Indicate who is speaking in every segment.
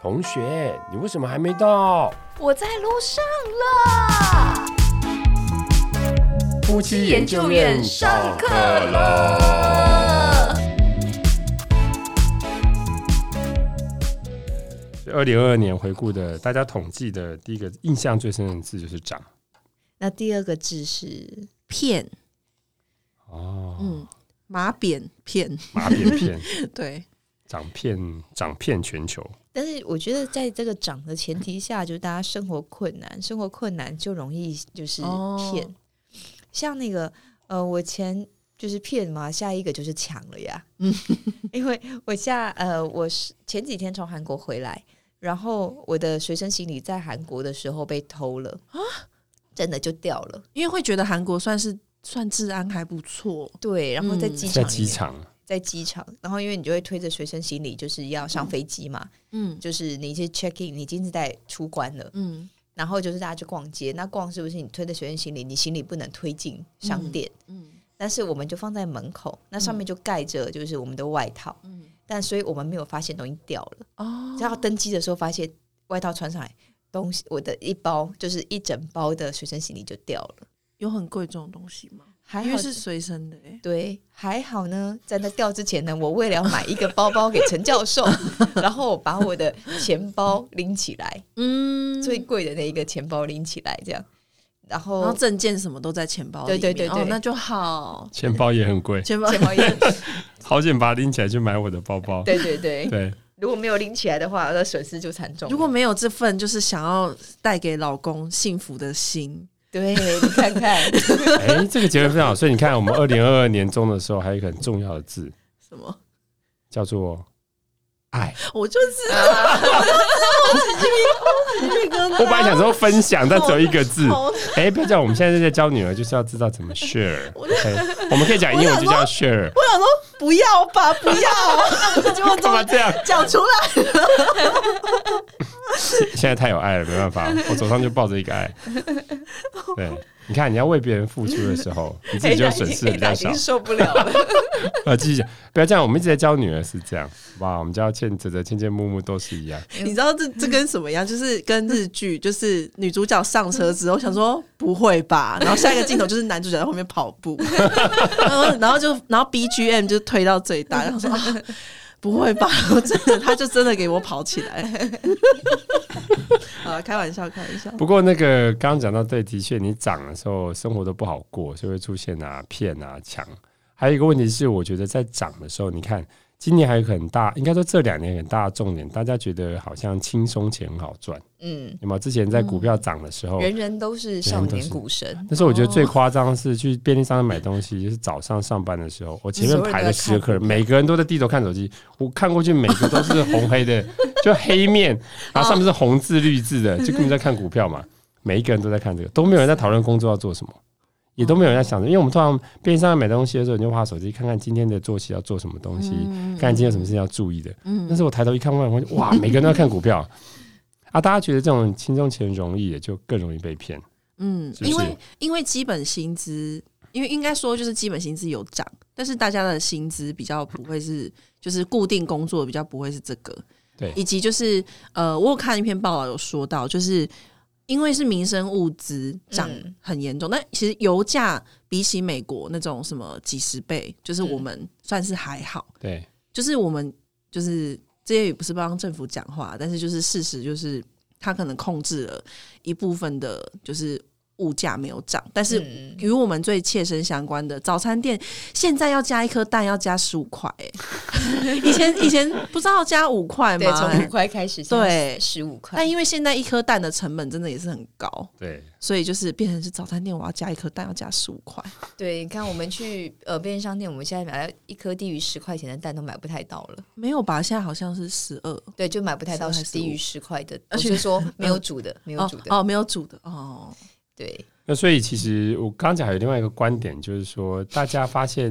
Speaker 1: 同学，你为什么还没到？
Speaker 2: 我在路上了。
Speaker 1: 夫妻研究院上课了。
Speaker 3: 呃
Speaker 1: 二零二二年回顾的，大家统计的第一个印象最深的字就是“涨
Speaker 3: 那第二个字是骗，”
Speaker 1: 哦，
Speaker 3: 嗯，马扁骗，
Speaker 1: 马扁片
Speaker 3: 对。
Speaker 1: 涨遍涨遍全球，
Speaker 3: 但是我觉得，在这个涨的前提下，就是大家生活困难，生活困难就容易就是骗。
Speaker 2: 哦
Speaker 3: 像那个呃，我前就是骗嘛，下一个就是抢了 呀。因为我下呃，我是前几天从韩国回来，然后我的随身行李在韩国的时候被偷了啊，真的就掉了。
Speaker 2: 因为会觉得韩国算是算治安还不错，
Speaker 3: 对，然后在
Speaker 2: 嗯
Speaker 3: 机
Speaker 1: 在
Speaker 3: 场、
Speaker 1: 机，场
Speaker 3: 在机场，然后因为你就会推着随身行李，就是要上飞机嘛，
Speaker 2: 嗯
Speaker 3: 就是你去 check in，你已经是在出关了。
Speaker 2: 嗯
Speaker 3: 然后就是大家去逛街，那逛是不是你推着学生行李，你行李不能推进商店？
Speaker 2: 嗯
Speaker 3: 但是我们就放在门口，那上面就盖着就是我们的外套，
Speaker 2: 嗯，
Speaker 3: 但所以我们没有发现东西掉了。
Speaker 2: 哦
Speaker 3: 直到登机的时候发现外套穿上来，东西我的一包就是一整包的随身行李就掉了，
Speaker 2: 有很贵重的东西吗？
Speaker 3: 还
Speaker 2: 因
Speaker 3: 好
Speaker 2: 为是随身的、欸，
Speaker 3: 对，还好呢，在那掉之前呢，我为了要买一个包包给陈教 授，然后我把我的钱包拎起来，
Speaker 2: 嗯
Speaker 3: 最贵的那一个钱包拎起来，这样，然后
Speaker 2: 然后证件什么都在钱包里面，
Speaker 3: 对对对对
Speaker 2: 哦，那就好，
Speaker 1: 钱包也很贵，
Speaker 2: 钱包
Speaker 3: 钱包 也
Speaker 1: 好险把它拎起来去买我的包包。
Speaker 3: 对对对，
Speaker 1: 对，
Speaker 3: 如果没有拎起来的话，那损失就惨重了。
Speaker 2: 如果没有这份就是想要带给老公幸福的心，
Speaker 3: 对你看看，
Speaker 1: 哎，这个结论非常好。所以你看，我们二零二二年中的时候，还有一个很重要的字
Speaker 2: 什 么？
Speaker 1: 叫做“爱
Speaker 2: 我就知 道， 我就知道，”。
Speaker 1: 我本来想说分享，但只有一个字。
Speaker 2: 好
Speaker 1: 哎，不要讲，我们现在是在教女儿，就是要知道怎么 share。
Speaker 2: 我
Speaker 1: OK，我们可以讲英文，就叫 share。
Speaker 2: 我想说不要吧，不 要，结果
Speaker 1: 干嘛
Speaker 2: 终于
Speaker 1: 这样？
Speaker 2: 讲出来。
Speaker 1: 现在太有爱了，没办法，我手上就抱着一个 爱。对，你看，你要为别人付出的时候，你 自己就会损失的比较
Speaker 3: 黑
Speaker 1: 少
Speaker 2: 哎
Speaker 3: 已经。受不了了。
Speaker 1: 呃，继续讲，不要这样，我们一直在教女儿是这样，好不好？我们教倩子的倩倩木木都是一样。
Speaker 2: 你知道这这跟什么样？就是跟日剧，就是女主角上车之后想说不会吧，然后下一个镜头就是男主角在后面跑步，然后然后就然后 BGM 就推到最大，然后说、啊、不会吧，我真的他就真的给我跑起来。 好了，开玩笑，开玩笑。
Speaker 1: 不过那个刚刚讲到，对，的确你涨的时候生活都不好过，所以会出现啊骗啊抢。还有一个问题是，我觉得在涨的时候，你看今年还有一个很大，应该说这两年很大的重点，大家觉得好像轻松钱很好赚，
Speaker 3: 嗯，
Speaker 1: 有没有？之前在股票涨的时候，
Speaker 3: 人人都是少年股神，
Speaker 1: 但是我觉得最夸张的是去便利商店买东西，就是 早上上班的时候，我前面排了十个人，每个人都在低头看手机，我看过去每个都是红黑的， 就黑面，然后上面是红字绿字 的，就根本在看股票嘛。每一个人都在看这个，都没有人在讨论工作要做什么，也都没有人在想着，因为我们通常便利商店买东西的时候，你就划手机看看今天的作息要做什么东西，看看今天有什么事情要注意的。但是我抬头一看外面， 哇，每个人都在看股票。啊，大家觉得这种轻松钱容易，也就更容易被骗。
Speaker 2: 嗯，
Speaker 1: 是不
Speaker 2: 因
Speaker 1: 是
Speaker 2: 为因为基本薪资，因为应该说就是基本薪资有涨，但是大家的薪资比较不会是就是固定工作比较不会是这个，
Speaker 1: 对
Speaker 2: 以及就是呃，我有看一篇报道有说到，就是因为是民生物资涨
Speaker 3: 嗯
Speaker 2: 很严重，但其实油价比起美国那种什么几十倍，就是我们算是还好，
Speaker 1: 对。
Speaker 2: 就是我们就是这些也不是帮政府讲话，但是就是事实就是他可能控制了一部分的，就是物价没有涨，但是
Speaker 3: 嗯
Speaker 2: 与我们最切身相关的早餐店，现在要加一颗蛋要加十五块，哎 以前以前不知道加五块
Speaker 3: 对，
Speaker 2: 吗？
Speaker 3: 从五块开始，
Speaker 2: 对
Speaker 3: 十五块
Speaker 2: 但。因为现在一颗蛋的成本真的也是很高，
Speaker 1: 对，
Speaker 2: 所以就是变成是早餐店我要加一颗蛋要加十五块，
Speaker 3: 对，你看我们去呃便利商店，我们现在买到一颗低于十块钱的蛋都买不太到了，
Speaker 2: 没有吧？现在好像是十二，
Speaker 3: 对，就买不太到
Speaker 2: 10还
Speaker 3: 低于
Speaker 2: 15
Speaker 3: 十块的，而且嗯说没有煮的，没有
Speaker 2: 哦
Speaker 3: 煮的，
Speaker 2: 哦没有煮的哦，
Speaker 3: 对，
Speaker 1: 那所以其实我刚讲还有另外一个观点，就是说大家发现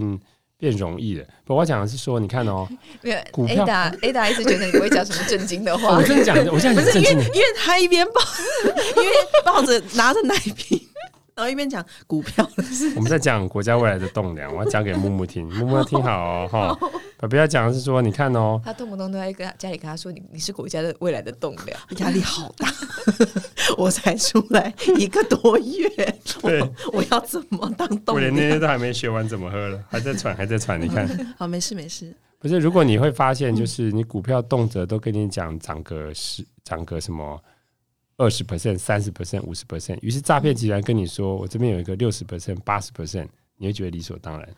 Speaker 1: 变容易了。不，我讲的是说，你看 哦，
Speaker 3: 没有
Speaker 1: 股票
Speaker 3: Ada Ada 一直觉得你不会讲什么正经的话
Speaker 1: 哦 我， 真的讲，我现在
Speaker 2: 不
Speaker 1: 很
Speaker 2: 是
Speaker 1: 震
Speaker 2: 因为
Speaker 1: 惊的。
Speaker 2: 因为他一边抱，因为抱着拿着奶瓶， 然后一边讲股票的事，
Speaker 1: 我们在讲国家未来的栋梁，我要讲给木木听，木木要听好哦，哈、哦，不要讲的是说，你看 哦，
Speaker 3: 他动不动都在跟他家里跟他说，你你是国家的未来的栋梁。
Speaker 2: 压力好大。 我才出来一个多月，
Speaker 1: 对
Speaker 2: 我 我要怎么当
Speaker 1: 我
Speaker 2: 栋
Speaker 1: 连那些
Speaker 2: 梁？
Speaker 1: 都还没学完，怎么喝了，还在喘，还在喘，你看，
Speaker 2: 好，没事没事，
Speaker 1: 不是，如果你会发现，就是你股票动辄都跟你讲涨个十，涨个什么二十 percent、三十 percent、五十 percent，于是诈骗集团跟你说，我这边有一个六十 percent、八十 percent，你会觉得理所当然。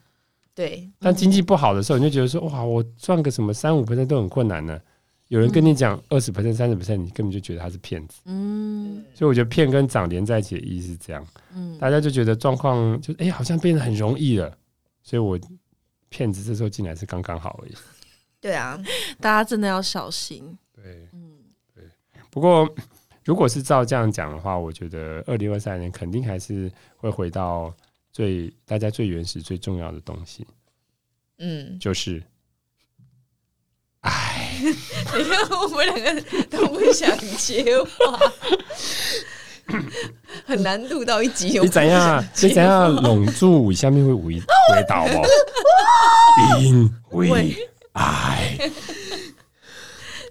Speaker 3: 对，
Speaker 2: 嗯
Speaker 1: 但经济不好的时候，你就觉得说，哇，我赚个什么三五 percent 都很困难呢。有人跟你讲二十 percent、三十 percent，你根本就觉得他是骗子。
Speaker 2: 嗯
Speaker 1: 所以我觉得骗跟涨连在一起的意义是这样，
Speaker 2: 嗯，
Speaker 1: 大家就觉得状况就哎、好像变得很容易了，所以我骗子这时候进来是刚刚好而已。
Speaker 2: 嗯
Speaker 3: 对啊，
Speaker 2: 大家真的要小心，
Speaker 1: 对，
Speaker 2: 嗯，
Speaker 1: 不过如果是照这样讲的话，我觉得二零二三年肯定还是会回到最大家最原始、最重要的东西，
Speaker 3: 嗯，
Speaker 1: 就是
Speaker 3: 你看 我们两个都不想接话， 很难录到一集。哦
Speaker 1: 你怎样？你怎样拢住下面会回回答 不？因为爱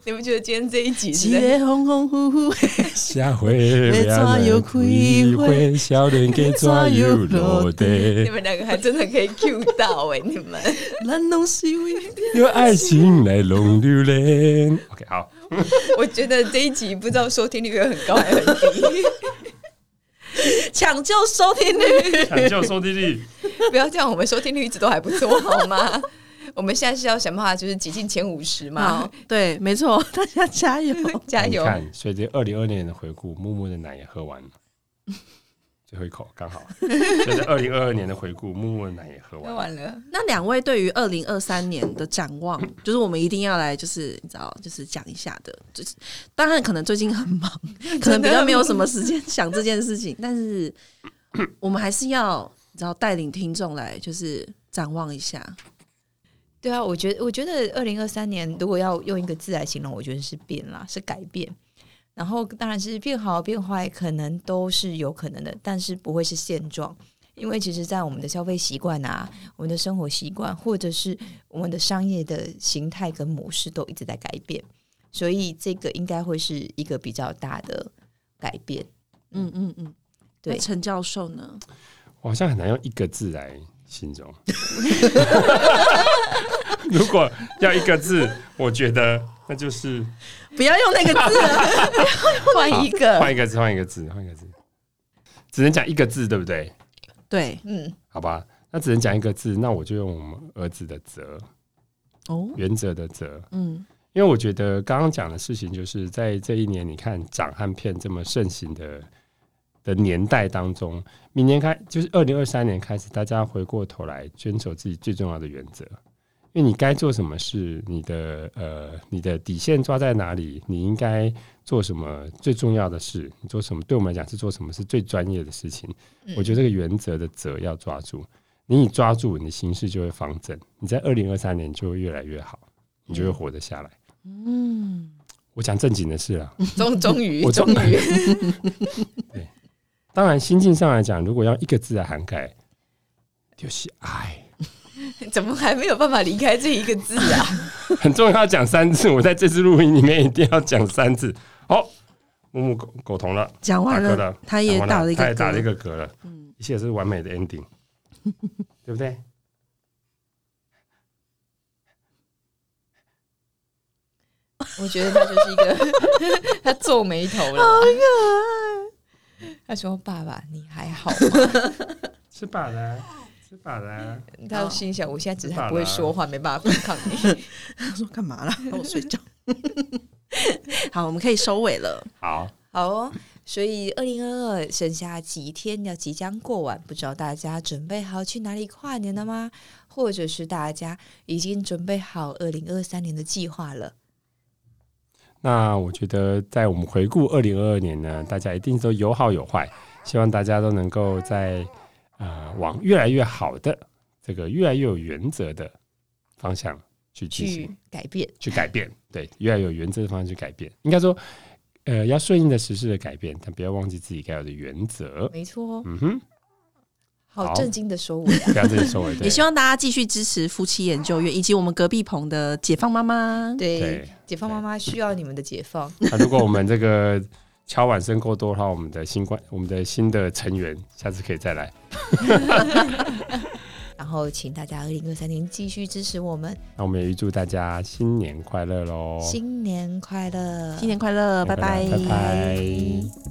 Speaker 3: 你们觉得今天这一集是
Speaker 2: 七
Speaker 3: 在
Speaker 2: 月红红火 火，
Speaker 1: 下回
Speaker 2: 要怎样开
Speaker 1: 会，
Speaker 2: 会
Speaker 1: 少年家怎样落
Speaker 3: 你
Speaker 1: 地？
Speaker 3: 们两个还真的可以 Q 到哎、你们
Speaker 2: 蓝 龙是为
Speaker 1: 用爱情来弄流连。OK，好，
Speaker 3: 我觉得这一集不知道收听率会很高还是很低， 抢救收听率，
Speaker 1: 抢救收听率。
Speaker 3: 不要这样，我们收听率一直都还不 错，好吗？我们现在是要想办法，就是挤进前五十嘛
Speaker 2: 好，，对，没错， 大家加油，
Speaker 3: 加油
Speaker 1: 你！看，随着二零二年的回顾，木木的奶也喝完了，最后一口 刚好。随着二零二二年的回顾，木木的奶也喝完
Speaker 3: 那
Speaker 1: 了。
Speaker 3: 完了，
Speaker 2: 那两位对于二零二三年的展望， 就是我们一定要来，就是你知道，就是讲一下的。就是当然，可能最近很 忙，可能比较没有什么时间想这件事 情，但是我们还是要你知道带领听众来，就是展望一下。
Speaker 3: 对啊，我觉得，我觉得二零二三年如果要用一个字来形容，我觉得是变啦，是改变。然后当然是变好变坏，可能都是有可能的，但是不会是现状。因为其实，在我们的消费习惯啊，我们的生活习惯，或者是我们的商业的形态跟模式，都一直在改变，所以这个应该会是一个比较大的改变。
Speaker 2: 嗯嗯嗯，
Speaker 3: 对
Speaker 2: 那陈教授呢？
Speaker 1: 我好像很难用一个字来形容。 如果要一个字，我觉得那就是
Speaker 2: 不要用那个字了，
Speaker 3: 换一
Speaker 1: 换
Speaker 3: 个，
Speaker 1: 一个字，换一个字，换一个字，只能讲一个字，对不对？
Speaker 2: 对
Speaker 3: 嗯，
Speaker 1: 好吧，那只能讲一个字，那我就用我们儿子的“责
Speaker 2: 哦”，，
Speaker 1: 原则的“责”。
Speaker 2: 嗯
Speaker 1: 因为我觉得刚刚讲的事情，就是在这一年，你看涨和骗这么盛行的的年代当中，明年开就是二零二三年开始，大家回过头来遵守自己最重要的原则，因为你该做什么事，你的呃你的底线抓在哪里，你应该做什么最重要的事，你做什么对我们来讲是做什么是最专业的事情。我觉得这个原则的责要抓住，你一抓住，你的形势就会方正，你在二零二三年就会越来越好，你就会活得下来。
Speaker 2: 嗯，
Speaker 1: 我讲正经的事啊，
Speaker 3: 终终于
Speaker 1: 我
Speaker 3: 终
Speaker 1: 终
Speaker 3: 于，
Speaker 1: 当然心境上来讲，如果要一个字来啊涵盖，就是爱，
Speaker 3: 怎么还没有办法离开这一个字啊？
Speaker 1: 很重要，要讲三次。我在这次录音里面一定要讲三次。好，木木苟苟同了，
Speaker 2: 讲
Speaker 1: 打
Speaker 2: 完
Speaker 1: 嗝
Speaker 2: 了
Speaker 1: 了，，
Speaker 2: 他也
Speaker 1: 讲完
Speaker 2: 打了一个，
Speaker 1: 他也打了一，个嗝了，
Speaker 2: 嗯，
Speaker 1: 一切是完美的 ending，对不对？
Speaker 3: 我觉得他就是一个， 他皱眉头了。好可爱。他说：“爸爸，你还好 吗
Speaker 1: 吃饱了，吃饱了，？”
Speaker 3: 他心想：“我现在只是还不会说话，没办法反抗你。
Speaker 2: 他说干嘛啦？让我睡觉。 好，我们可以收尾了。
Speaker 1: 好，”
Speaker 3: 好哦，所以二零二二剩下几天要即将过完，不知道大家准备好去哪里跨年了吗？或者是大家已经准备好二零二三年的计划了？
Speaker 1: 那我觉得，在我们回顾二零二二年呢，大家一定都有好有坏，希望大家都能够在呃往越来越好的这个越来越有原则的方向去进行
Speaker 3: 去改变，
Speaker 1: 去改变， 对，越来越有原则的方向去改变。应该说，呃，要顺应的时事的改变，但不要忘记自己该有的原则。
Speaker 3: 没错哦。
Speaker 1: 嗯哼，
Speaker 3: 好
Speaker 1: 好
Speaker 3: 震惊的收尾 啊！
Speaker 1: 不要自己收尾。
Speaker 2: 也
Speaker 1: 对
Speaker 2: 希望大家继续支持夫妻研究院以及我们隔壁棚的解放妈妈。
Speaker 3: 对
Speaker 1: 对，
Speaker 3: 解放妈妈需要你们的解放，
Speaker 1: 那、如果我们这个敲碗声够多的话，我们的新冠，我们的新的成员下次可以再来。
Speaker 3: 然后请大家二零二三年继续支持我们，
Speaker 1: 那我们也预祝大家新年快乐喽！
Speaker 3: 新年快乐，
Speaker 2: 新年快乐，
Speaker 1: 拜
Speaker 2: 拜
Speaker 1: 拜拜